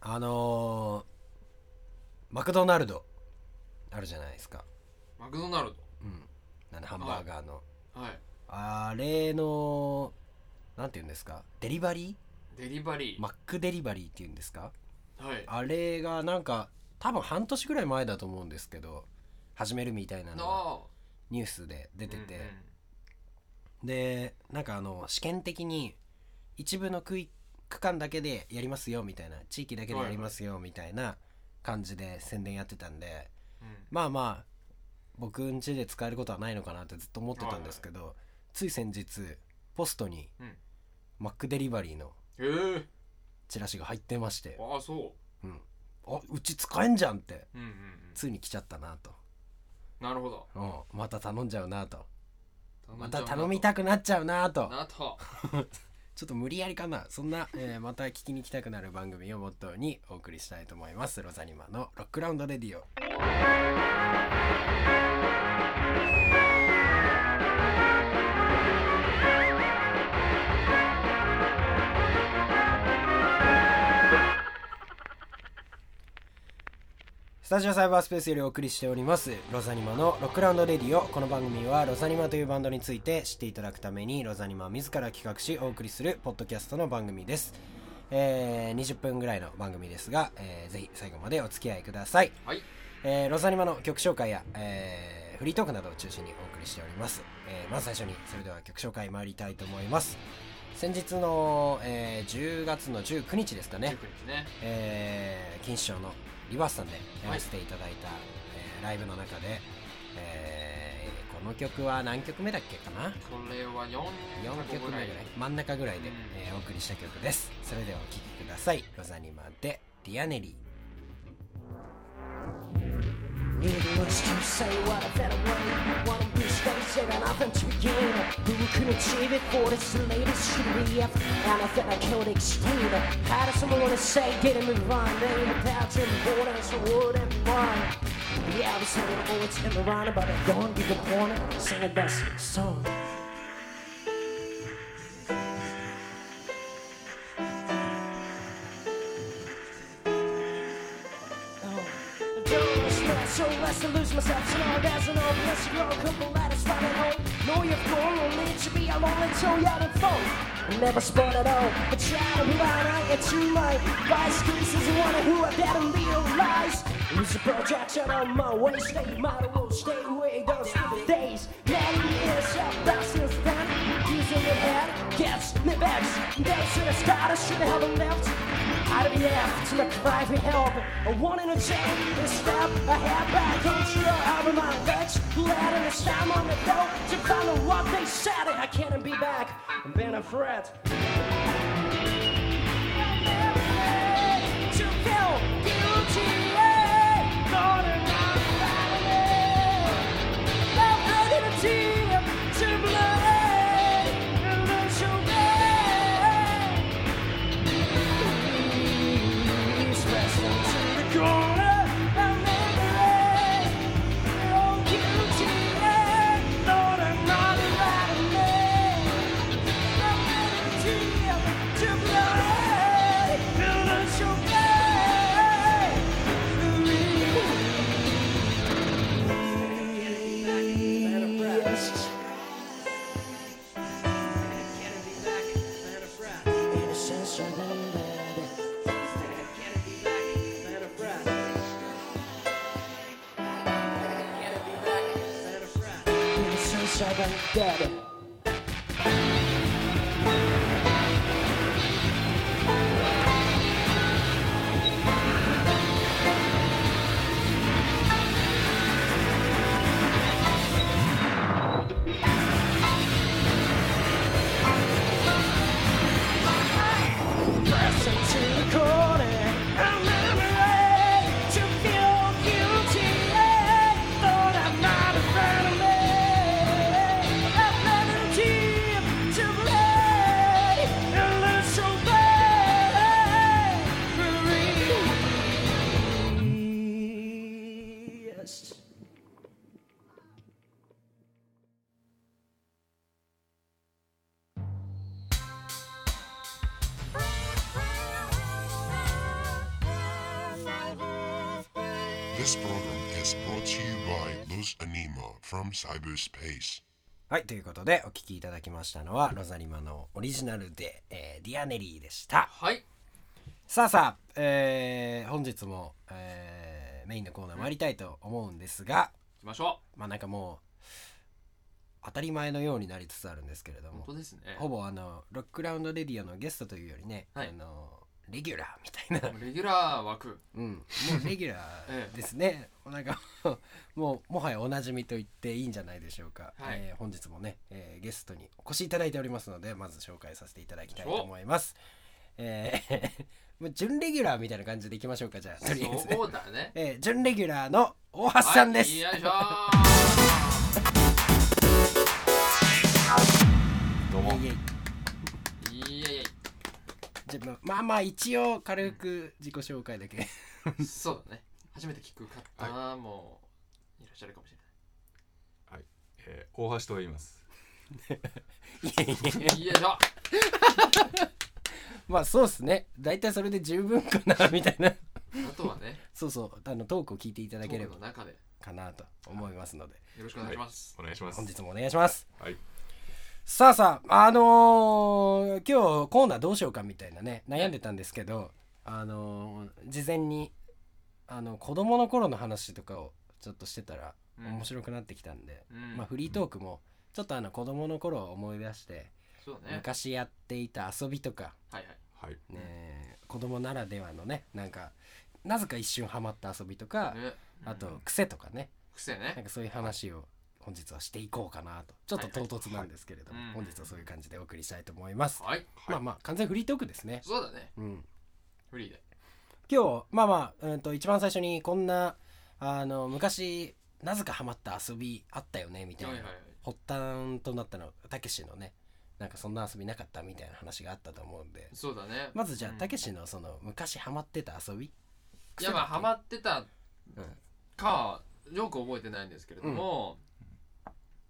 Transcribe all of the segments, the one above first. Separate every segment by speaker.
Speaker 1: あのーマクドナルドあるじゃないですか、
Speaker 2: マクドナル
Speaker 1: うん、あのハンバーガーの、
Speaker 2: ドはい
Speaker 1: あれのなんて言うんですかデリバリ
Speaker 2: デリバリー、
Speaker 1: ーマックデリバリーっていうんですか
Speaker 2: はい
Speaker 1: あれがなんか多分半年ぐらい前だと思うんですけど始めるみたいなのが
Speaker 2: の
Speaker 1: ニュースで出てて、
Speaker 2: うん
Speaker 1: でなんかあの試験的に一部の区域区間だけでやりますよみたいな地域だけでやりますよみたいな感じで宣伝やってたんで
Speaker 2: うん
Speaker 1: まあまあ僕ん家で使えることはないのかなってずっと思ってたんですけどつい先日ポストに
Speaker 2: うんうん
Speaker 1: マックデリバリーの
Speaker 2: へえ
Speaker 1: チラシが入ってまして
Speaker 2: ああそ
Speaker 1: うんあうち使えんじゃんって
Speaker 2: ううんうんうん
Speaker 1: ついに来ちゃったなと
Speaker 2: なるほど
Speaker 1: うんまた頼んじゃうなとまた
Speaker 2: 頼んじゃうなと
Speaker 1: 頼みたくなっちゃうなと
Speaker 2: なと
Speaker 1: ちょっと無理やりかな。そんな、えーまた聞きに来たくなる番組をモットーにお送りしたいと思います。ロザニマのロックラウンドレディオ。スタジオサイバースペースよりお送りしておりますロザニマのロックラウンドレディオこの番組はロザニマというバンドについて知っていただくためにロザニマ自ら企画しお送りするポッドキャストの番組です、えー20分ぐらいの番組ですが、えーぜひ最後までお付き合いください、
Speaker 2: はい
Speaker 1: えーロザニマの曲紹介や、えーフリートークなどを中心にお送りしております、えーまず最初にそれでは曲紹介参りたいと思います先日の、えー10月の19日ですかね
Speaker 2: 19日ね
Speaker 1: えー、錦糸町のリバースさんでや
Speaker 2: は
Speaker 1: ら
Speaker 2: い
Speaker 1: せていただいた、えーライブの中で、えーこの曲は何曲目だっけかな
Speaker 2: これは4
Speaker 1: 4曲目ぐらい真ん中ぐらいで、
Speaker 2: うん
Speaker 1: えーお送りした曲ですそれではお聴きくださいロザニマで「ディアネリー」
Speaker 3: Really wish to say what I felt away Wanna be steady, say that nothing to begin But we couldn't achieve it for this latest should be up And I think I can't explain it How does someone wanna say, getting me wrong They the pouch and borders, so wood and mine Yeah, I was saying I'm always in the run But I don't give a corner, singing that song So less to lose myself, so now there's an old place to grow. Couple letters find it home. Know your goal, only to be alone until you're the phone. I never spot at all. I try to be right, I get too late. Vice creases, you wanna who I dare to realize. Lose the projection on my way, stay model, will stay away. Don't see the days. Many years of darkness, then using your head. Gets me back, that's in the sky, I should have left. Out of the air to the private help. I wanted to change the step. I had bad control over my legs. Letting the stem on the door to follow what they said. I can't be back. I've been afraid. To feel guilty. Gonna not find it. I'm ready to tear to blood and lose your way. Yes. Innocence remembered. Ever since I've been dead. Press into the corner. I'm never to feel guilty. Thought I'm not a friend of me. I've never
Speaker 4: This program is brought to you by Luz Anima from cyberspace.
Speaker 1: はい、ということでお聴きいただきましたのはロザリマのオリジナルで、えーディアネリーでした。
Speaker 2: はい
Speaker 1: さあさあ、えー本日も、えーメインのコーナー参りたいと思うんですが、
Speaker 2: 行きましょ
Speaker 1: まあなんかもう当たり前のようになりつつあるんですけれど
Speaker 2: う本
Speaker 1: も
Speaker 2: 当、ですね
Speaker 1: ほぼあのロックラウンドレディオのゲストというよりね、
Speaker 2: はい
Speaker 1: あのレギュラーみたいな、
Speaker 2: レギュラー枠
Speaker 1: うん、もうレギュラ
Speaker 2: え
Speaker 1: ーですね、なんかもうもうもはやおなじみと言っていいんじゃないでしょうか、
Speaker 2: はい
Speaker 1: えー本日もね、えーゲストにお越しいただいておりますのでまず紹介させていただきたいと思いますえー もう準レギュラーみたいな感じでいきましょうかじゃあとりあえずね、
Speaker 2: そう だね
Speaker 1: えー準レギュラーの大橋さんです、
Speaker 2: はい、よいしょー
Speaker 5: どうも
Speaker 1: イエイイエイ
Speaker 2: いやい
Speaker 1: じゃあまあまあ一応軽く自己紹介だ け
Speaker 2: やそうだね初めて聞く方もいらっしゃるかもしれ
Speaker 5: えー大橋と言います
Speaker 2: ない、よいしょ
Speaker 1: まあそうっすね大体それで十分かなみたいな
Speaker 2: あとは ね
Speaker 1: そうそうあのトークを聞いていただければ
Speaker 2: トークの中でよ
Speaker 1: かなと思いますので
Speaker 2: ろしくお願いします、
Speaker 5: お願いします
Speaker 1: 本日もお願いします
Speaker 5: はい
Speaker 1: さあさああのー今日コーナーどうしようかみたいなね悩んでたんですけどあのー事前にあの子供の頃の話とかをちょっとしてたら
Speaker 2: うん
Speaker 1: 面白くなってきたんで、
Speaker 2: うん
Speaker 1: まあフリートークもちょっとあの子供の頃を思い出して
Speaker 2: そうだね
Speaker 1: 昔やっていた遊びとか
Speaker 2: はいはい
Speaker 5: はい
Speaker 1: ね、子供ならではのねなんかなぜか一瞬ハマった遊びとか、
Speaker 2: ね
Speaker 1: あと癖とかね
Speaker 2: 癖
Speaker 1: なん
Speaker 2: ね
Speaker 1: かそういう話を本日はしていこうかなとちょっと唐突なんですけれども、
Speaker 2: はいはい
Speaker 1: 本日はそういう感じでお送りしたいと思います、
Speaker 2: はい
Speaker 1: まあまあ完全フリートークですね、
Speaker 2: そうだね
Speaker 1: うん、
Speaker 2: フリーで
Speaker 1: 今日まあまあ、うん、と一番最初にこんなあの昔なぜかハマった遊びあったよねみたいな、
Speaker 2: はいはいはい
Speaker 1: 発端となったのはたけしのねなんかそんな遊びなかったみたいな話があったと思うんで
Speaker 2: そうだね
Speaker 1: まずじゃ
Speaker 2: うん
Speaker 1: あたけしのその昔ハマってた遊び
Speaker 2: いやまあハマってた
Speaker 1: うん
Speaker 2: かよく覚えてないんですけれども、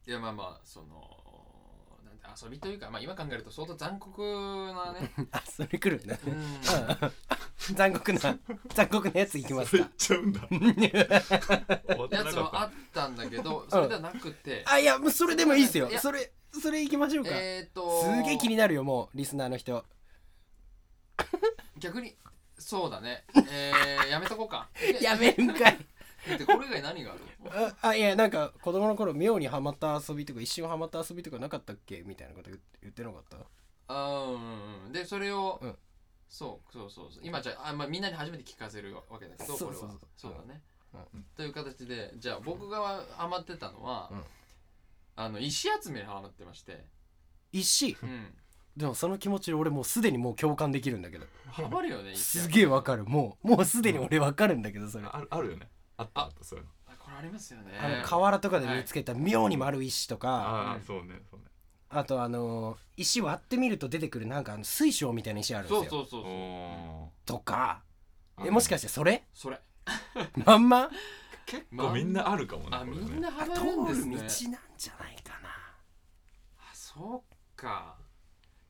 Speaker 2: いやまあまあそのなんて遊びというか、まあ、今考えると相当残酷 なね、
Speaker 1: あそれ来るね
Speaker 2: う ん、
Speaker 1: 残酷な残酷なやついきます
Speaker 5: それ言
Speaker 1: か
Speaker 5: っちゃうんだ終わって
Speaker 2: や
Speaker 5: な
Speaker 2: つ
Speaker 5: か
Speaker 2: も
Speaker 5: っ
Speaker 2: あ
Speaker 5: た
Speaker 2: ったんだけどそれではなくて、
Speaker 1: あいやもうそれでもいいですよ
Speaker 2: いや
Speaker 1: それそれいきましょうか、
Speaker 2: えっ、と
Speaker 1: すげえ気になるよもうリスナーの人
Speaker 2: 逆にそうだねえー、やめとこうか
Speaker 1: やめん かい
Speaker 2: でこれ以外何があるの
Speaker 1: ああいやなんか子供の頃妙にハマった遊びとか一瞬ハマった遊びとかなかったっけみたいなこと言言ってなかった
Speaker 2: あーうんうんでそれを、
Speaker 1: うん
Speaker 2: そうそうそうそう今じゃあ、まあ、みんなに初めて聞かせるわけだけど
Speaker 1: そ
Speaker 2: こ
Speaker 1: う
Speaker 2: れは
Speaker 1: そうそう
Speaker 2: そうだね、
Speaker 1: う
Speaker 2: という形でじゃあ僕がハマってたのは、
Speaker 1: うん
Speaker 2: あの石集めにハマってまして、
Speaker 1: 石
Speaker 2: うん、
Speaker 1: でもその気持ち俺もうすでにもう共感できるんだけど
Speaker 2: ハマるよね石集め
Speaker 1: すげえわかるもうもうすでに俺わかるんだけどそれあ
Speaker 5: あるあるよねあったあったそういうの
Speaker 2: あこれありますよね
Speaker 1: の河原とかで見つけた妙に丸い石とか、
Speaker 5: あ
Speaker 2: う
Speaker 5: あ
Speaker 2: ん
Speaker 5: そうねそうね
Speaker 1: あとあのー石割ってみると出てくるなんかあの水晶みたいな石あるんですよ
Speaker 2: そうそうそう
Speaker 5: お
Speaker 2: そう
Speaker 5: ー
Speaker 1: とか
Speaker 5: あ
Speaker 1: え
Speaker 5: の
Speaker 1: もしかしてそれ
Speaker 2: それ
Speaker 1: まんま
Speaker 2: 結
Speaker 5: こうみんなあるかもね
Speaker 2: あ
Speaker 5: これね
Speaker 2: みんなハ
Speaker 1: 通
Speaker 2: マるんで
Speaker 1: る
Speaker 2: す
Speaker 1: 道なん
Speaker 2: ね
Speaker 1: じゃないか
Speaker 2: あそうか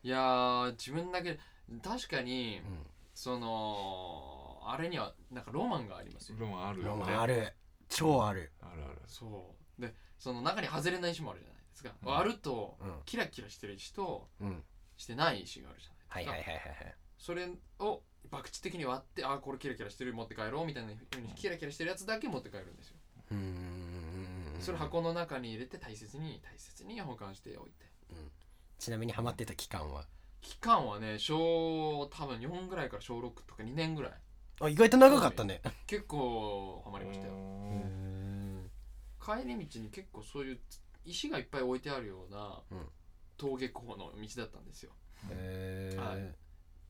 Speaker 2: いやー自分だけ確かに、
Speaker 1: ん
Speaker 2: そのあれにはなんかロマンがありますよ
Speaker 5: それもある
Speaker 1: な
Speaker 5: よ
Speaker 1: ロ
Speaker 5: ね
Speaker 1: マンある超ある
Speaker 5: あるある
Speaker 2: そうでその中に外れない石もあるじゃないですか、割ると、
Speaker 1: うん
Speaker 2: キラキラしてる石と
Speaker 1: うん
Speaker 2: してない石があるじゃな
Speaker 1: はいい
Speaker 2: ですか、
Speaker 1: はいはいはいはい
Speaker 2: それを博打的に割ってあこれキラキラしてる持って帰ろうみたいなふうにキラキラしてるやつだけ持って帰るんですよ
Speaker 1: うーん
Speaker 2: それ箱の中に入れて大切に大切に保管しておいて
Speaker 1: ちなみにハマってた期間は
Speaker 2: 期間はね小多分4ぐらいから小6とか2年ぐらい
Speaker 1: あ意外と長かったね
Speaker 2: 結構ハマりましたよ
Speaker 5: おー
Speaker 2: 帰り道に結構そういう石がいっぱい置いてあるような
Speaker 1: うん
Speaker 2: 登下校の道だったんですよ
Speaker 1: へ
Speaker 2: は
Speaker 1: ー
Speaker 2: い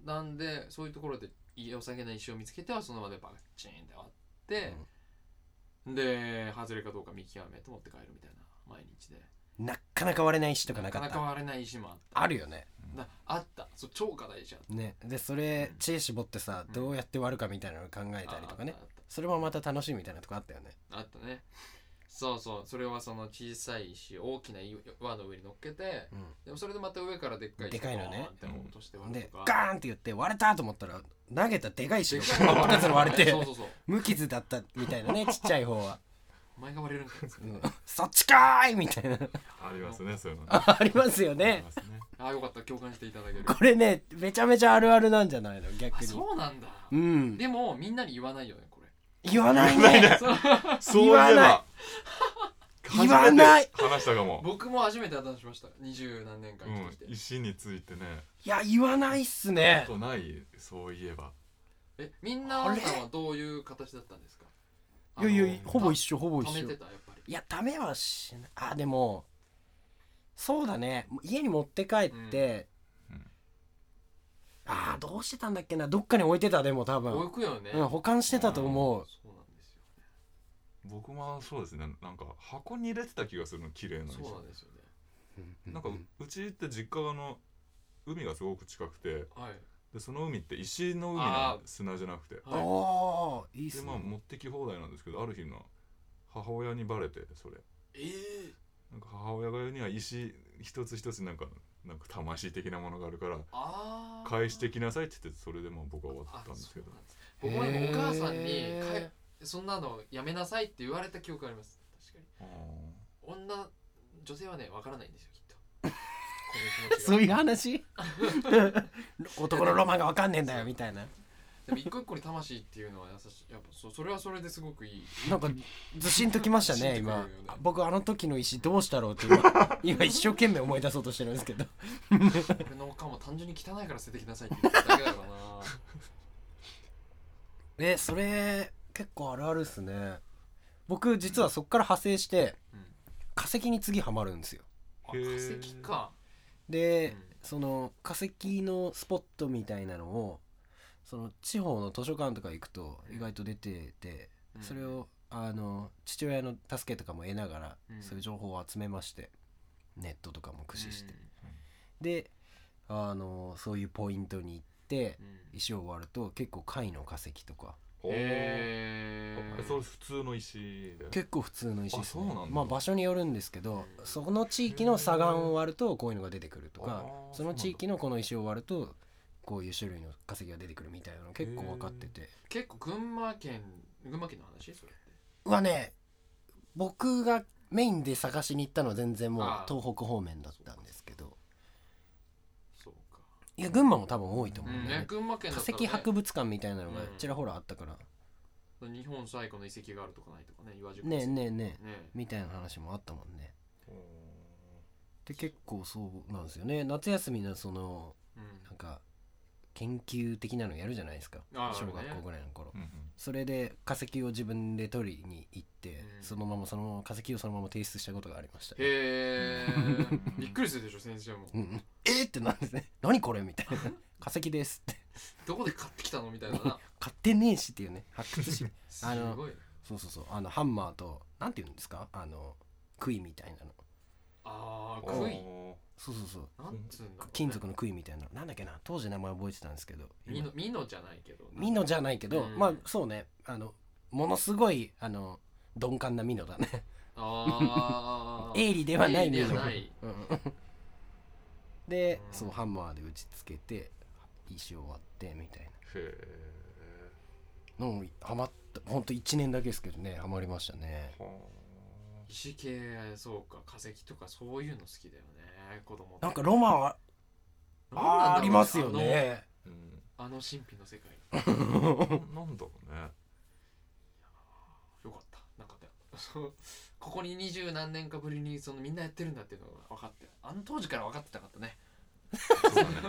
Speaker 2: なんでそういうところで良さげな石を見つけてはその場でバッチンって割って、で外れかどうか見極めて持って帰るみたいな毎日で
Speaker 1: なかなか割れない石とか
Speaker 2: な
Speaker 1: なか
Speaker 2: かな
Speaker 1: っ
Speaker 2: か
Speaker 1: た
Speaker 2: 割れない石もあった
Speaker 1: あるよね
Speaker 2: なあったそう超硬い石あった
Speaker 1: ねでそれ知恵絞ってさ
Speaker 2: うん
Speaker 1: どうやって割るかみたいなの考えたりとかね
Speaker 2: ああっ
Speaker 1: それもまた楽しいみたいなとこあったよね
Speaker 2: たあったねそうそうそれはその小さい石大きな輪の上に乗っけて、でもそれでまた上からでっかい石
Speaker 1: でかいのね
Speaker 2: バーンって落として割る
Speaker 1: で
Speaker 2: とか、
Speaker 1: ガーンって言って割れたと思ったら投げたでかい石
Speaker 2: で
Speaker 1: が
Speaker 2: かい の
Speaker 1: 真っ二つに割れて
Speaker 2: そうそうそう
Speaker 1: 無傷だったみたいなねちっちゃい方は、
Speaker 2: お前が割れるんだよ
Speaker 1: うんそっちかーいみたいな
Speaker 5: ありますねそういう の
Speaker 1: ありますよ
Speaker 5: あり
Speaker 1: ね
Speaker 5: ますね
Speaker 2: ああよかった共感していた だける
Speaker 1: これねめちゃめちゃあるあるなんじゃないの
Speaker 2: あ
Speaker 1: 逆に
Speaker 2: そうなんだ、
Speaker 1: うん
Speaker 2: でもみんなに言わないよねこれ
Speaker 1: 言わないね
Speaker 5: そうい
Speaker 1: 言わ
Speaker 5: えば
Speaker 1: ない言わない
Speaker 5: 初めて話したかも
Speaker 2: 僕も初めて話しました二十何年間
Speaker 5: う
Speaker 2: 生
Speaker 5: ん
Speaker 2: きてきて、
Speaker 5: 石についてね
Speaker 1: いや言わないっす
Speaker 5: あ
Speaker 1: ね
Speaker 5: とないそういえば
Speaker 2: えみんなあなたはどういう形だったんですか
Speaker 1: いやいや
Speaker 2: あの
Speaker 1: ほぼ一緒ほぼ一
Speaker 2: 貯め
Speaker 1: 緒
Speaker 2: てたやっぱり
Speaker 1: いやダメはしないあでもそうだね家に持って帰って、
Speaker 5: うんうん
Speaker 1: ああどうしてたんだっけなどっかに置いてたでも多
Speaker 2: 置
Speaker 1: 分、
Speaker 2: くよね、
Speaker 1: うん、保管してたと思う
Speaker 2: そうなんですよ
Speaker 5: 僕もそうですねなんか箱に入れてた気がするの綺麗な石
Speaker 2: そうなんですよね
Speaker 5: なんかううちって実家はあの海がすごく近くて
Speaker 2: はい
Speaker 5: でその海って石の海な
Speaker 2: あ
Speaker 5: んで砂じゃなくて
Speaker 1: お
Speaker 2: はい
Speaker 1: おーいいっ
Speaker 5: ですまあ
Speaker 1: ね
Speaker 5: 持ってき放題なんですけどある日の母親にバレてそれ
Speaker 2: ええ
Speaker 5: なんか母親が言うには石一つ一つなんかなんか魂的なものがあるから
Speaker 2: ああ
Speaker 5: 返してきなさいって言ってそれでまあ僕は終わ
Speaker 2: あ
Speaker 5: ったんですけど
Speaker 2: そうなんです僕もでもお母さんに
Speaker 1: へー
Speaker 2: かえそんなのやめなさいって言われた記憶があります確かに
Speaker 5: あー
Speaker 2: 女女性はねわからないんですよき っと
Speaker 1: そういう
Speaker 2: う
Speaker 1: 話 男のロマンがわかんねえんだよみたいな
Speaker 2: でも一個一個に魂っていうのは優しいやっぱそそれはそれですごくい い
Speaker 1: なんかずしんときましたね
Speaker 2: ずしんとくる
Speaker 1: 今
Speaker 2: よね
Speaker 1: あ僕あの時の石どうしたろうって今 今一生懸命思い出そうとしてるんですけど
Speaker 2: 俺のおかんも単純に汚いから捨ててきなさいって言っただ けだからな
Speaker 1: えそれ結構あるあるっすね僕実はそっから派生して、
Speaker 2: うん
Speaker 1: 化石に次ハマるんですよ
Speaker 2: あ
Speaker 5: へー
Speaker 2: 化石か
Speaker 1: で、
Speaker 2: うん
Speaker 1: その化石のスポットみたいなのをその地方の図書館とか行くと意外と出てて、
Speaker 2: うん
Speaker 1: それをあの父親の助けとかも得ながら、
Speaker 2: うん
Speaker 1: そういう情報を集めましてネットとかも駆使して、
Speaker 2: うん
Speaker 1: であのそういうポイントに行って
Speaker 2: うん
Speaker 1: 石を割ると結構貝の化石とか
Speaker 2: へ
Speaker 5: あ
Speaker 2: ー
Speaker 5: それ普通の石で
Speaker 1: 結構普通の石です、ね
Speaker 5: あそうなんだ
Speaker 1: まあ、場所によるんですけど
Speaker 2: うん
Speaker 1: そこの地域の砂岩を割るとこういうのが出てくるとか
Speaker 5: へー
Speaker 1: その地域のこの石を割るとこういう種類の化石が出てくるみたいなの結構分かってて
Speaker 2: 結構群馬県群馬県の話それって
Speaker 1: はね僕がメインで探しに行ったのは全然もう
Speaker 2: あー
Speaker 1: 東北方面だったんですけど
Speaker 2: そうか
Speaker 1: いや群馬も多分多いと思
Speaker 2: う
Speaker 1: うん
Speaker 2: ん
Speaker 1: だよ
Speaker 2: ね
Speaker 1: ね
Speaker 2: 群馬県
Speaker 1: 化
Speaker 2: だったら、
Speaker 1: 石
Speaker 2: ね、
Speaker 1: 博物館みたいなのが
Speaker 2: うん
Speaker 1: ちらほらあったから
Speaker 2: 日本最古の遺跡があるとかないとかね岩宿
Speaker 1: ねえねえねえ
Speaker 2: えね
Speaker 1: みたいな話もあったもんね
Speaker 5: おー
Speaker 1: で結構そうなんですよね夏休みのその
Speaker 2: え、
Speaker 1: なんか研究的なのやるじゃないですか
Speaker 2: あー
Speaker 1: 小学
Speaker 2: ね
Speaker 1: 校ぐらいの頃、
Speaker 5: うんうん
Speaker 1: それで化石を自分で取りに行って、
Speaker 2: うん
Speaker 1: そのままそのまま化石をそのまま提出したことがありました
Speaker 2: へえ びっくりするでしょ先生も
Speaker 1: うんうんえっ、ってなんですね 「何これ?」みたいな 「化石です」って
Speaker 2: どこで買ってきたのみたいなな
Speaker 1: 「買ってねえし」っていうね発掘し
Speaker 2: す
Speaker 1: あの
Speaker 2: ごいね
Speaker 1: そうそうそうあのハンマーとなんて言うんですかあの杭みたいなの
Speaker 2: ああ
Speaker 5: あ
Speaker 2: 杭
Speaker 5: ー
Speaker 1: そうそうそう
Speaker 2: なんつうんだろうね
Speaker 1: 金属の杭みたいなのなんだっけな当時名前覚えてたんですけど今
Speaker 2: ミノミノじゃないけど
Speaker 1: ミノじゃないけど、
Speaker 2: うん
Speaker 1: まあそうねあのものすごいあの鈍感なミノだね
Speaker 2: ああ
Speaker 1: 鋭利ではないね
Speaker 2: 鋭利ではない
Speaker 1: うんうんで、
Speaker 2: うん
Speaker 1: そうハンマーで打ちつけて石を割ってみたい
Speaker 5: へえ
Speaker 1: なのをハマったほんと1年だけですけどねハマりましたね
Speaker 2: 石系そうか化石とかそういうの好きだよね子供って
Speaker 1: なんかロマンは
Speaker 2: なんなんだろう
Speaker 1: あーありますよね
Speaker 5: うん
Speaker 2: あのあの神秘の世界
Speaker 5: ななんだろうね
Speaker 2: よかったなんかねそうここに二十何年かぶりにそのみんなやってるんだっていうのが分かってあの当時から分かってたかったね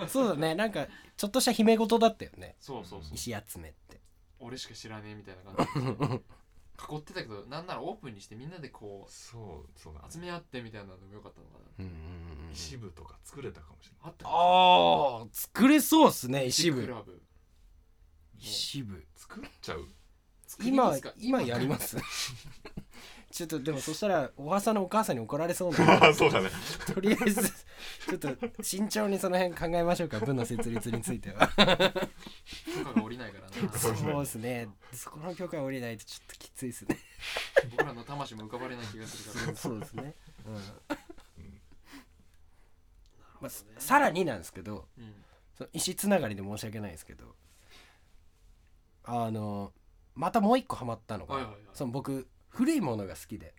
Speaker 1: そうだねなんかちょっとした姫事だったよね
Speaker 2: そうそうそう、
Speaker 1: 石集めって
Speaker 2: 俺しか知らねえみたいな感じで囲ってたけどなんならオープンにしてみんなでこう
Speaker 5: そうそうだね
Speaker 2: 集め合ってみたいなのもよかったのかな
Speaker 1: うんうんうんうん
Speaker 5: 一部とか作れたかもしれな
Speaker 2: あ
Speaker 5: い
Speaker 2: ったか
Speaker 1: ああ作れそうっすね石
Speaker 2: ク
Speaker 1: 部
Speaker 2: ラブ
Speaker 1: 石部
Speaker 5: 作っちゃう
Speaker 2: 作りま
Speaker 1: 今
Speaker 2: すか
Speaker 1: 今やります ちょっとでもそしたらおはさんのお母さんに怒られそうなん で
Speaker 5: そうだね
Speaker 1: とりあえずちょっと慎重にその辺考えましょうか部の設立について は
Speaker 2: 許可が下りないからな
Speaker 1: そうですねそこの許可下りないとちょっときついですね
Speaker 2: 僕らの魂も浮かばれない気がするから
Speaker 1: そうですね、うんまあ、ささらになんですけど
Speaker 2: うん
Speaker 1: その石つながりで申し訳ないですけどあのまたもう一個ハマったのが、
Speaker 2: はいはいはい
Speaker 1: その僕古いものが好きで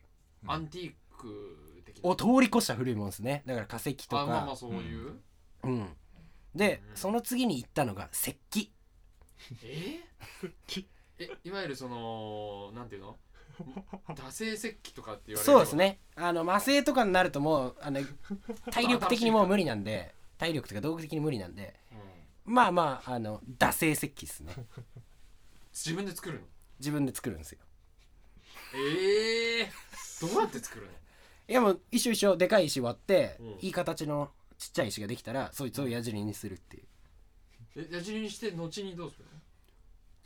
Speaker 2: アンティーク的な
Speaker 1: を通り越した古いものですねだから化石とか、
Speaker 2: あまあまあそういう、
Speaker 1: うん、で、
Speaker 2: うん
Speaker 1: その次に行ったのが石器
Speaker 2: ええいわゆるそのなんていうの惰性石器とかって言われる
Speaker 1: そうですねあの魔性とかになるともうあの体力的にもう無理なんで体力とか道具的に無理なんで
Speaker 2: うん
Speaker 1: まあまああの惰性石器ですね
Speaker 2: 自分で作るの
Speaker 1: 自分で作るんですよ
Speaker 2: ええどうやって作るの
Speaker 1: いやもう一緒一緒でかい石割って、
Speaker 2: うん
Speaker 1: いい形のちっちゃい石ができたらそいつを矢尻にするっていう
Speaker 2: え矢印にして後にどうする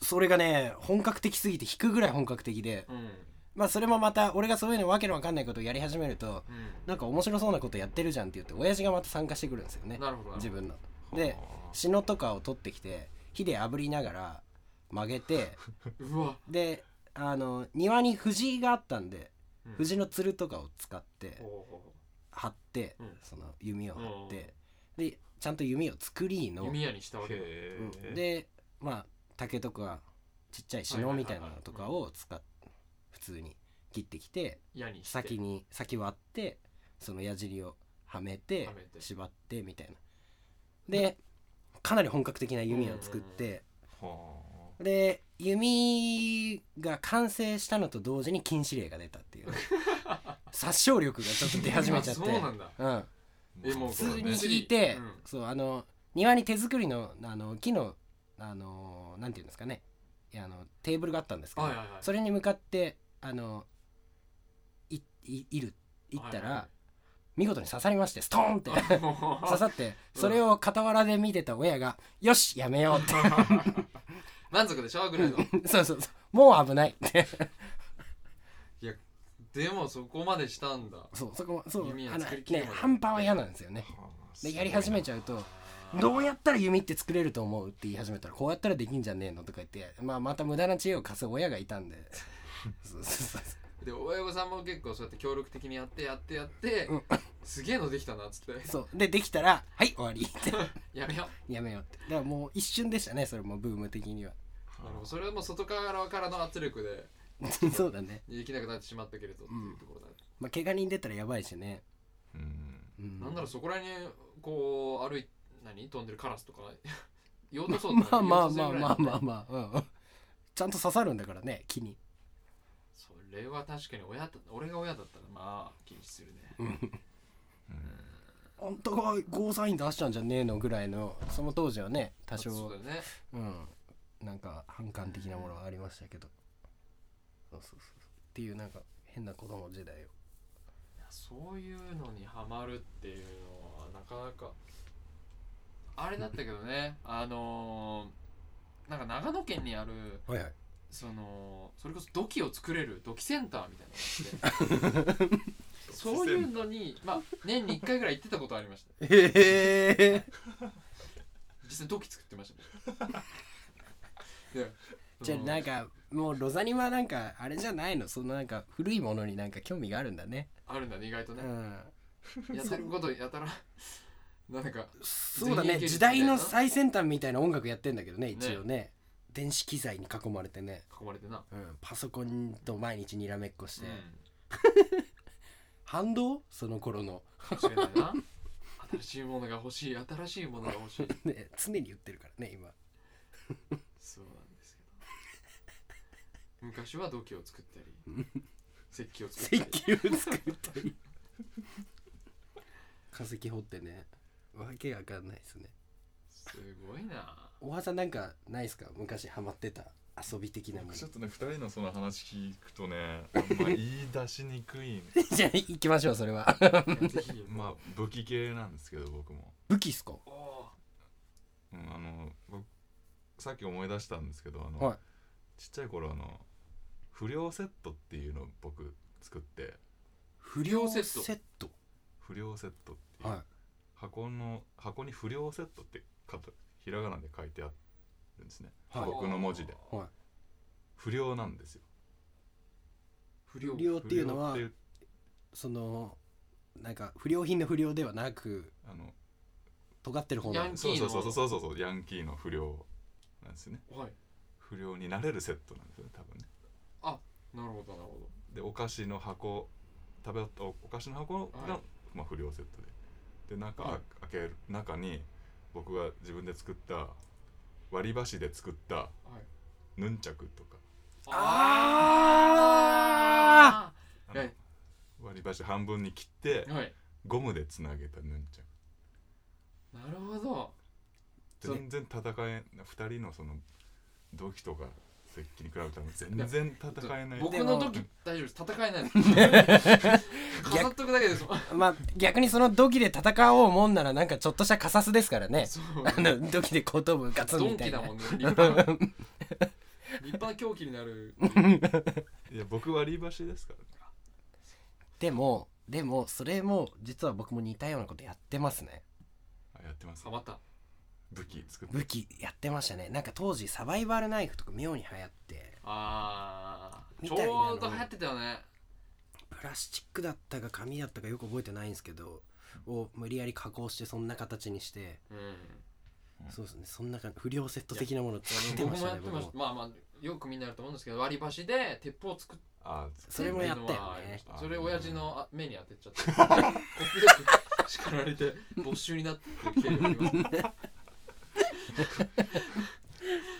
Speaker 1: それがね本格的すぎて引くぐらい本格的で
Speaker 2: のうん
Speaker 1: まあそれもまた俺がそういうのわけのわかんないことをやり始めると
Speaker 2: う
Speaker 1: なんか面白そうなことやってるじゃんって言って親父がまた参加してくるんですよね
Speaker 2: んなるほどなるほど
Speaker 1: 自分のでシノとかを取ってきて火で炙りながら曲げて
Speaker 2: うわ
Speaker 1: であの庭に藤があったんで
Speaker 2: うん
Speaker 1: 藤のつるとかを使って
Speaker 2: ほうほうほ
Speaker 1: 張って
Speaker 2: うん
Speaker 1: その弓を張ってでちゃんと弓を作り
Speaker 2: う
Speaker 1: の
Speaker 2: 弓矢にしたわけだ
Speaker 5: へ
Speaker 1: うん
Speaker 5: え
Speaker 1: でまあ竹とかちっちゃいシノみたいなのとか
Speaker 2: はいはい
Speaker 1: を使っ普通に切ってきて
Speaker 2: 矢にして
Speaker 1: 先に先割ってその矢尻をはめて
Speaker 2: はめて
Speaker 1: 縛ってみたいなでかなり本格的な弓を作って
Speaker 5: は
Speaker 1: で弓が完成したのと同時に禁止令が出たっていう 殺傷力がちょっと出始めちゃって
Speaker 2: あそうなんだ
Speaker 1: うん
Speaker 5: あ
Speaker 2: えもう
Speaker 1: 普通
Speaker 2: これ
Speaker 1: に
Speaker 2: ね
Speaker 1: 引いて、
Speaker 2: うん
Speaker 1: そうあの庭に手作りのあの木のあのなんていうんですかねいやあのテーブルがあったんですけど、
Speaker 2: はいはいはい
Speaker 1: それに向かってあのいいいる行ったら、見事に刺さりましてストーンって
Speaker 2: はいはいもう
Speaker 1: 刺さってそれを傍らで見てた親が「よしやめよう」って
Speaker 2: 満足でしょぐらいの
Speaker 1: そうそうそうもう危ないって
Speaker 2: でもそこまでしたんだ
Speaker 1: そうそこもそう
Speaker 2: 弓矢
Speaker 1: あの
Speaker 2: 作りきる
Speaker 1: ね
Speaker 2: まで
Speaker 1: 半端は嫌なんですよね
Speaker 5: あ
Speaker 1: でやり始めちゃうとどうやったら弓って作れると思うって言い始めたらこうやったらできんじゃねえのとか言って、まあ、また無駄な知恵を貸す親がい たんでそうそうそう
Speaker 2: で親御さんも結構そうやって協力的にやってやってやって、
Speaker 1: うん
Speaker 2: すげえのできたなっつって
Speaker 1: そうそうでできたら「はい終わり」って
Speaker 2: やめよ
Speaker 1: やめようってだからもう一瞬でしたねそれもブーム的には
Speaker 2: うなるほどそれはもう外側からの圧力で
Speaker 1: そうだね
Speaker 2: できなくなってしまったけれどっていうところだ、
Speaker 1: まあ怪我人出たらやばいしね、
Speaker 5: うん
Speaker 1: うん、
Speaker 2: なんだろうそこら辺にこう歩い何飛んでるカラス とか用途そう
Speaker 1: まあまあまあまあまあ
Speaker 2: あ
Speaker 1: まあ、うん、ちゃんと刺さるんだからね木に
Speaker 2: それは確かに親だ俺が親だったらまあ禁止するね、
Speaker 1: 「あんたがゴーサイン出しちゃうんじゃねえの」ぐらいのその当時はね多
Speaker 2: そう
Speaker 1: 少
Speaker 2: だよね
Speaker 1: うん、なんか反感的なものはありましたけど、そうそうそうそうっていうなんか変な子供時代を
Speaker 2: いやそういうのにハマるっていうのはなかなかあれだったけどねあのーなんか長野県にある
Speaker 1: はいはい
Speaker 2: そのそれこそ土器を作れる土器センターみたいなのがあって そういうのにまあ年に1回ぐらい行ってたことありました
Speaker 1: へえ
Speaker 2: 実際土器作ってましたねで
Speaker 1: じゃあ
Speaker 2: その
Speaker 1: なんかもうロザニマなんかあれじゃないのそのなんか古いものになんか興味があるんだね
Speaker 2: あるんだね意外と
Speaker 1: う
Speaker 2: ね、
Speaker 1: ん
Speaker 2: やってることやたらなんか
Speaker 1: そうだね
Speaker 2: 全員いける
Speaker 1: 時代の
Speaker 2: みたいな
Speaker 1: 最先端みたいな音楽やってんだけどね一応ね電子機材に囲まれてね、
Speaker 2: 囲まれてな、
Speaker 1: うん、パソコンと毎日にらめっこして、
Speaker 2: うん
Speaker 1: 反動その頃の、
Speaker 2: かもしれないな新しいものが欲しい新しいものが欲しい
Speaker 1: ね、常に言ってるからね今
Speaker 2: そうなんですけど昔は土器を作ったり石器を作った
Speaker 1: 石
Speaker 2: り
Speaker 1: 器を作ったり化石掘ってねわけわかんないですね
Speaker 2: すごいな
Speaker 1: おはさんなんかないですか昔ハマってた遊び的な もの
Speaker 5: ちょっとね二人のその話聞くとね、あんま言い出しにくい、
Speaker 1: じゃあ行きましょうそれは
Speaker 2: いやぜひ
Speaker 5: まあ武器系なんですけど僕も、
Speaker 1: 武器っすか
Speaker 2: おお
Speaker 5: うん、あの僕さっき思い出したんですけどあの、
Speaker 1: はい
Speaker 5: ちっちゃい頃あの不良セットっていうのを僕作って
Speaker 1: 不
Speaker 2: 良
Speaker 1: 良
Speaker 2: セ
Speaker 1: セ
Speaker 2: ット
Speaker 1: ット
Speaker 5: 不良セットっていう、
Speaker 1: は
Speaker 5: 箱の箱に不良セットってかたひらがなで書いてあるんですね、
Speaker 1: はい
Speaker 5: 僕の文字で
Speaker 1: いはい
Speaker 5: 不良なんですよ
Speaker 2: 不良
Speaker 1: 不良っていうのは
Speaker 5: 不良って
Speaker 1: そのなんか不良品の不良ではなく
Speaker 5: あの
Speaker 1: 尖ってる方
Speaker 2: ヤ
Speaker 1: の
Speaker 2: ン
Speaker 5: そうそうそうそう
Speaker 2: ヤンキーの
Speaker 5: そうそうそうヤンキーの不良なんですよね
Speaker 2: はい
Speaker 5: 不良になれるセットなんですよね多分ね
Speaker 2: あなるほどなるほど
Speaker 5: でお菓子の箱食べ終わったおお菓子の箱が、
Speaker 2: はい
Speaker 5: まあ、不良セットでで中、
Speaker 2: はい
Speaker 5: 開ける中に僕が自分で作った割り箸で作った
Speaker 2: はい
Speaker 5: ヌンチャクとか
Speaker 2: あ
Speaker 5: あ
Speaker 2: ー
Speaker 5: の
Speaker 2: はい
Speaker 5: 割り箸半分に切って
Speaker 2: はい
Speaker 5: ゴムでつなげたヌンチャク
Speaker 2: なるほどそう
Speaker 5: 全然戦えない2人のその同期とか石器に比べたら全然戦えない
Speaker 2: 僕
Speaker 1: で
Speaker 2: の
Speaker 1: も
Speaker 2: 時大丈夫です戦えないです 飾っとくだけですもん
Speaker 1: まあ逆にその土器で戦おうもんならなんかちょっとしたカサスですからね
Speaker 2: そう
Speaker 1: あの土器で後頭部ガツン
Speaker 2: ド
Speaker 1: み
Speaker 2: ン
Speaker 1: た
Speaker 2: キ
Speaker 1: いな
Speaker 2: だもんね立派な立派な狂気になる
Speaker 5: いや僕割り箸ですからね
Speaker 1: でもでもそれも実は僕も似たようなことやってますね
Speaker 5: あやってます
Speaker 2: ハマった
Speaker 5: 武器作って
Speaker 1: 武器やってましたねなんか当時サバイバルナイフとか妙に流行って
Speaker 2: あー
Speaker 1: み
Speaker 2: ち
Speaker 1: たいなの
Speaker 2: ょうど流行ってたよね
Speaker 1: プラスチックだったか紙だったかよく覚えてないんですけどを無理やり加工してそんな形にして
Speaker 2: うん
Speaker 1: そうですねそんな感じ不良セット的なもの作ってま
Speaker 2: 僕
Speaker 1: し
Speaker 2: も
Speaker 1: た
Speaker 2: やっ
Speaker 1: ね
Speaker 2: て
Speaker 1: 僕
Speaker 2: まし
Speaker 1: も
Speaker 2: たまあまあよくみんなやると思うんですけど割り箸で鉄砲を作って
Speaker 5: あ
Speaker 1: それもやったよね
Speaker 5: あー
Speaker 2: それ親父のあ目に当てち ゃってコピー力叱られて没収になってる経緯があります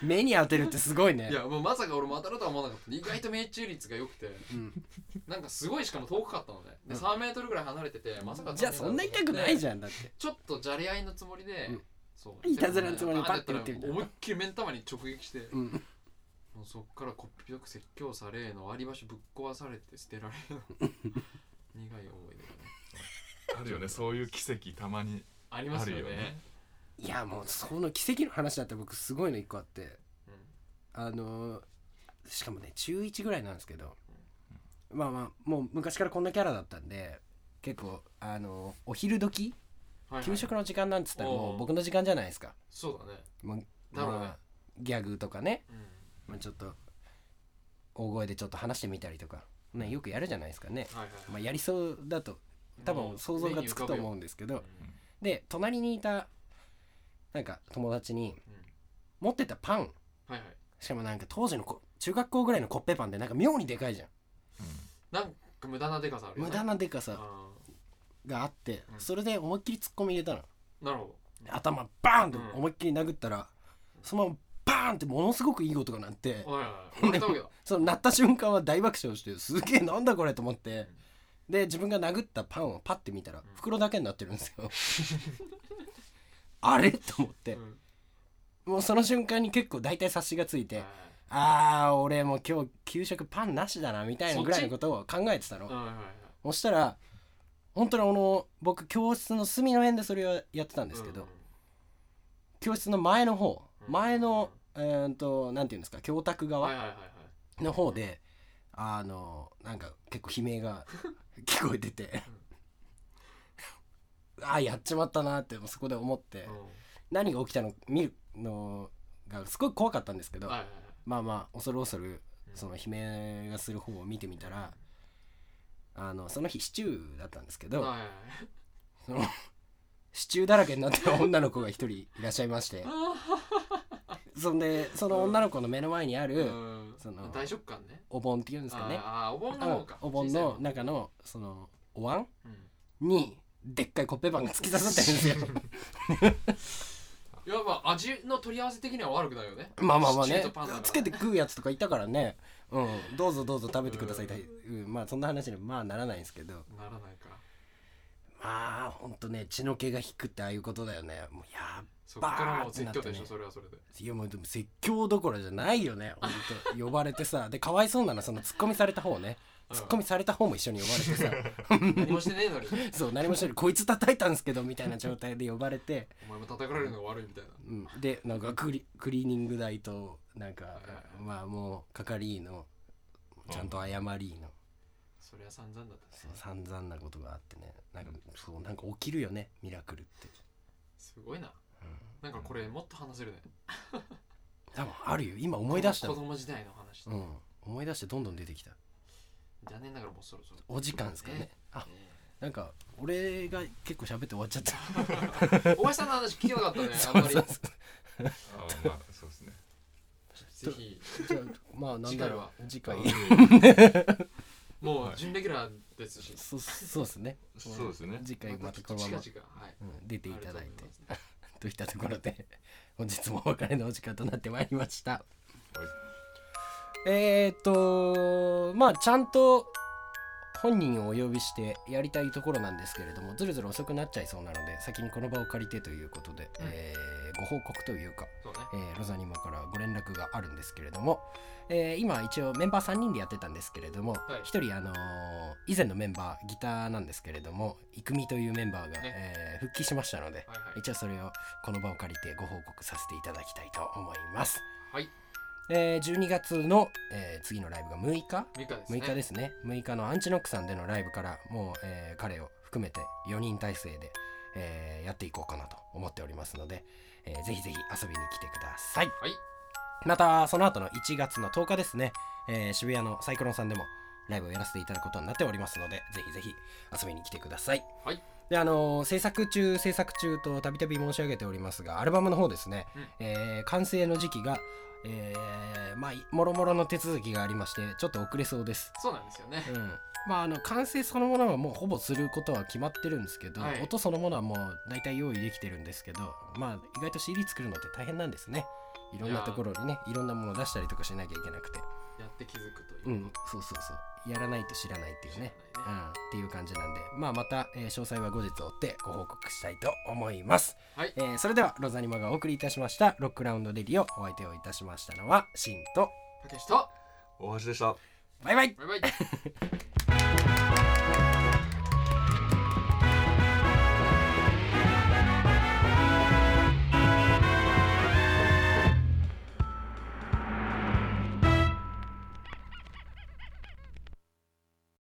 Speaker 1: 目に当てるってすごいね
Speaker 2: いやもうまさか俺も当たるとは思わなかった意外と命中率が良くて
Speaker 1: うん
Speaker 2: なんかすごいしかも遠かったのねで3メートルぐらい離れててまさか
Speaker 1: じゃあそんな痛くない
Speaker 2: ゃん
Speaker 1: じゃんだって
Speaker 2: ちょっとじゃれ合いのつもりで、
Speaker 1: うん
Speaker 2: そう
Speaker 1: いたずらのつもりで
Speaker 2: バ
Speaker 1: パ
Speaker 2: ッ
Speaker 1: ッて
Speaker 2: てや
Speaker 1: 打っ
Speaker 2: っ
Speaker 1: たて
Speaker 2: ら
Speaker 1: みたいな
Speaker 2: 思いっきり目ん玉に直撃して、
Speaker 1: うん
Speaker 2: もうそっからこっぴどく説教されの割り箸ぶっ壊されて捨てられ の苦い思い出がね
Speaker 5: あるよねそういう奇跡たまに
Speaker 2: ありますよね
Speaker 5: あるよね
Speaker 1: いやもうその奇跡の話だって僕すごいの一個あって
Speaker 2: うん
Speaker 1: あのーしかもね中1ぐらいなんですけどまあまあもう昔からこんなキャラだったんで結構あのーお昼時
Speaker 2: はいはい
Speaker 1: 給食の時間なんつったら
Speaker 2: お
Speaker 1: も
Speaker 2: う
Speaker 1: う僕の時間じゃないですか
Speaker 2: そうだね
Speaker 1: もう
Speaker 2: だろうね
Speaker 1: まあギャグとかね、
Speaker 2: うん
Speaker 1: まあ、ちょっと大声でちょっと話してみたりとか、ね、よくやるじゃないですかね、
Speaker 2: はいはい
Speaker 1: ま
Speaker 2: は
Speaker 1: あ、
Speaker 2: い
Speaker 1: やりそうだと多分想像がつくと思うんですけ
Speaker 2: うん
Speaker 1: どで隣にいたなんか友達に
Speaker 2: うん
Speaker 1: 持ってたパン
Speaker 2: はいはい
Speaker 1: しかもなんか当時のこ中学校ぐらいのコッペパンってなんか妙にでかいじゃん
Speaker 2: なんか無駄なでかさあるよ
Speaker 1: 無
Speaker 2: ね
Speaker 1: 駄なでかさ
Speaker 2: あ
Speaker 1: があって
Speaker 2: うん
Speaker 1: それで思いっきり突っ込み入れたの
Speaker 2: ーなるほ
Speaker 1: 頭バーンと
Speaker 2: うん
Speaker 1: 思いっきり殴ったらそのままバーンってものすごくいい音が鳴って
Speaker 2: どはいはいはいやったわけだ
Speaker 1: その鳴った瞬間は大爆笑してすげえなんだこれと思ってで自分が殴ったパンをパッて見たら袋だけになってるんです よあれと思って
Speaker 2: うん
Speaker 1: もうその瞬間に結構大体察しがつい
Speaker 2: はい
Speaker 1: てあー俺もう今日給食パンなしだなみたいなぐらいのことを考えてたの
Speaker 2: はいはいはい
Speaker 1: そしたら本当にあの僕教室の隅の辺でそれをやってたんですけど、
Speaker 2: うん
Speaker 1: 教室の前の方
Speaker 2: うん
Speaker 1: 前の、えー、となんていうんですか教卓
Speaker 2: はい
Speaker 1: 側
Speaker 2: はいはいはい
Speaker 1: の方であのなんか結構悲鳴 が聞こえててああやっちまったなってそこで思って
Speaker 2: う
Speaker 1: 何が起きたの見るのがすごい怖かったんですけ
Speaker 2: ん
Speaker 1: ど
Speaker 2: はいはいはい
Speaker 1: まあまあ恐る恐る
Speaker 2: うん
Speaker 1: その悲鳴がする方を見てみたらあのその日シチューだったんですけど
Speaker 2: はいはいはい
Speaker 1: その支柱だらけになった女の子が一人いらっしゃいましてそんでその女の子の目の前にある
Speaker 2: うん
Speaker 1: その
Speaker 2: 大食感ね
Speaker 1: お盆っていうんですかね
Speaker 2: あーあーお盆の
Speaker 1: あ
Speaker 2: 方か
Speaker 1: お盆
Speaker 2: 小さい
Speaker 1: の
Speaker 2: 方
Speaker 1: 中のそのお椀
Speaker 2: うん
Speaker 1: にでっかいコッペパンが突き刺さってるんです よ
Speaker 2: いやまあ味の取り合わせ的には悪くないよね
Speaker 1: まあまあまあ
Speaker 2: シチュ
Speaker 1: ね
Speaker 2: ーとパンだから
Speaker 1: つけて食うやつとかいたからねうんどうぞどうぞ食べてくださいうんまあそんな話にはまあならないんですけど
Speaker 2: ならないか
Speaker 1: まあほんとね血の気が引くってああいうことだよねもうやっ
Speaker 2: そっからもう絶
Speaker 1: バーってな
Speaker 2: 叫
Speaker 1: って
Speaker 2: で
Speaker 1: ね
Speaker 2: しょそれはそれで
Speaker 1: いやもうでも説教どころじゃないよね本当呼ばれてさでかわいそうなのはそのツッコミされた方ね
Speaker 2: うん
Speaker 1: ツッコミされた方も一緒に呼ばれてさ
Speaker 2: 何もしてね えのに
Speaker 1: そう何もしないこいつ叩いたんですけどみたいな状態で呼ばれて、
Speaker 2: お前も叩かれるのが悪いみたいな
Speaker 1: うん、でなんかクリクリーニング代となんか
Speaker 2: い
Speaker 1: まあもう係員のちゃんと謝りの
Speaker 2: そりゃ散々だった
Speaker 1: そう散々なことがあってねなんかそうなんか起きるよねミラクルって
Speaker 2: すごいななんかこれもっと話せるね
Speaker 1: 多分あるよ今思い出した
Speaker 2: 子
Speaker 1: もん
Speaker 2: 供時代の話
Speaker 1: うん思い出してどんどん出てきた
Speaker 2: 残念ながらもうそろそろ
Speaker 1: お時間ですかねあ
Speaker 2: え
Speaker 1: なんか俺が結構喋って終わっちゃった
Speaker 2: え大橋さんの話聞けな かったねあんまり
Speaker 5: あーまあそうですね
Speaker 2: ぜひ
Speaker 1: じゃあまあなんだろう次回
Speaker 2: もう準レギュラーですし
Speaker 1: そそうですね
Speaker 5: そうですね
Speaker 1: 次回またこのま
Speaker 2: 近
Speaker 1: ま
Speaker 2: 々、はい
Speaker 1: うん出ていただい
Speaker 2: ありがとうござ
Speaker 1: て
Speaker 2: ます
Speaker 1: といったところで 本日もお別れのお時間となってまいりました
Speaker 5: はい
Speaker 1: えーっとまあちゃんと本人をお呼びしてやりたいところなんですけれどもずるずる遅くなっちゃいそうなので先にこの場を借りてということで、えーご報告というか、
Speaker 2: そうね
Speaker 1: えーロザニマからご連絡があるんですけれども、えー今一応メンバー3人でやってたんですけれども、
Speaker 2: い
Speaker 1: 一人あのー以前のメンバーギターなんですけれども郁美というメンバーが、
Speaker 2: ね
Speaker 1: えー復帰しましたので、
Speaker 2: はいはい
Speaker 1: 一応それをこの場を借りてご報告させていただきたいと思います、
Speaker 2: はい
Speaker 1: えー12月の、えー次のライブが6日
Speaker 2: 6日ですね
Speaker 1: 6日ですね6日のアンチノックさんでのライブからもう、えー彼を含めて4人体制で、えーやっていこうかなと思っておりますので、えーぜひぜひ遊びに来てください
Speaker 2: はい
Speaker 1: またその後の1月の10日ですね、えー渋谷のサイクロンさんでもライブをやらせていただくことになっておりますのでぜひぜひ遊びに来てください、
Speaker 2: はい
Speaker 1: であのー制作中制作中とたびたび申し上げておりますがアルバムの方ですね、
Speaker 2: うん
Speaker 1: えー完成の時期がえーまあもろもろの手続きがありましてちょっと遅れそうです
Speaker 2: そうなんですよね
Speaker 1: うんまああの完成そのものはもうほぼすることは決まってるんですけど、
Speaker 2: はい
Speaker 1: 音そのものはもう大体用意できてるんですけどまあ意外と CD 作るのって大変なんですねいろんなところにねいろんなものを出したりとかしなきゃいけなくて
Speaker 2: やって気づくと
Speaker 1: う
Speaker 2: いうん
Speaker 1: そうそうそうやらないと知らないっていうね
Speaker 2: 知ら
Speaker 1: う
Speaker 2: ないね
Speaker 1: ん、っていう感じなんで、まあ、また、えー詳細は後日追ってご報告したいと思います、
Speaker 2: はい
Speaker 1: えーそれではロザニマがお送りいたしました「ロックラウンドレディオ」お相手をいたしましたのはシンと
Speaker 2: 竹下
Speaker 5: 大橋でした
Speaker 1: バイバイ
Speaker 2: バイバイ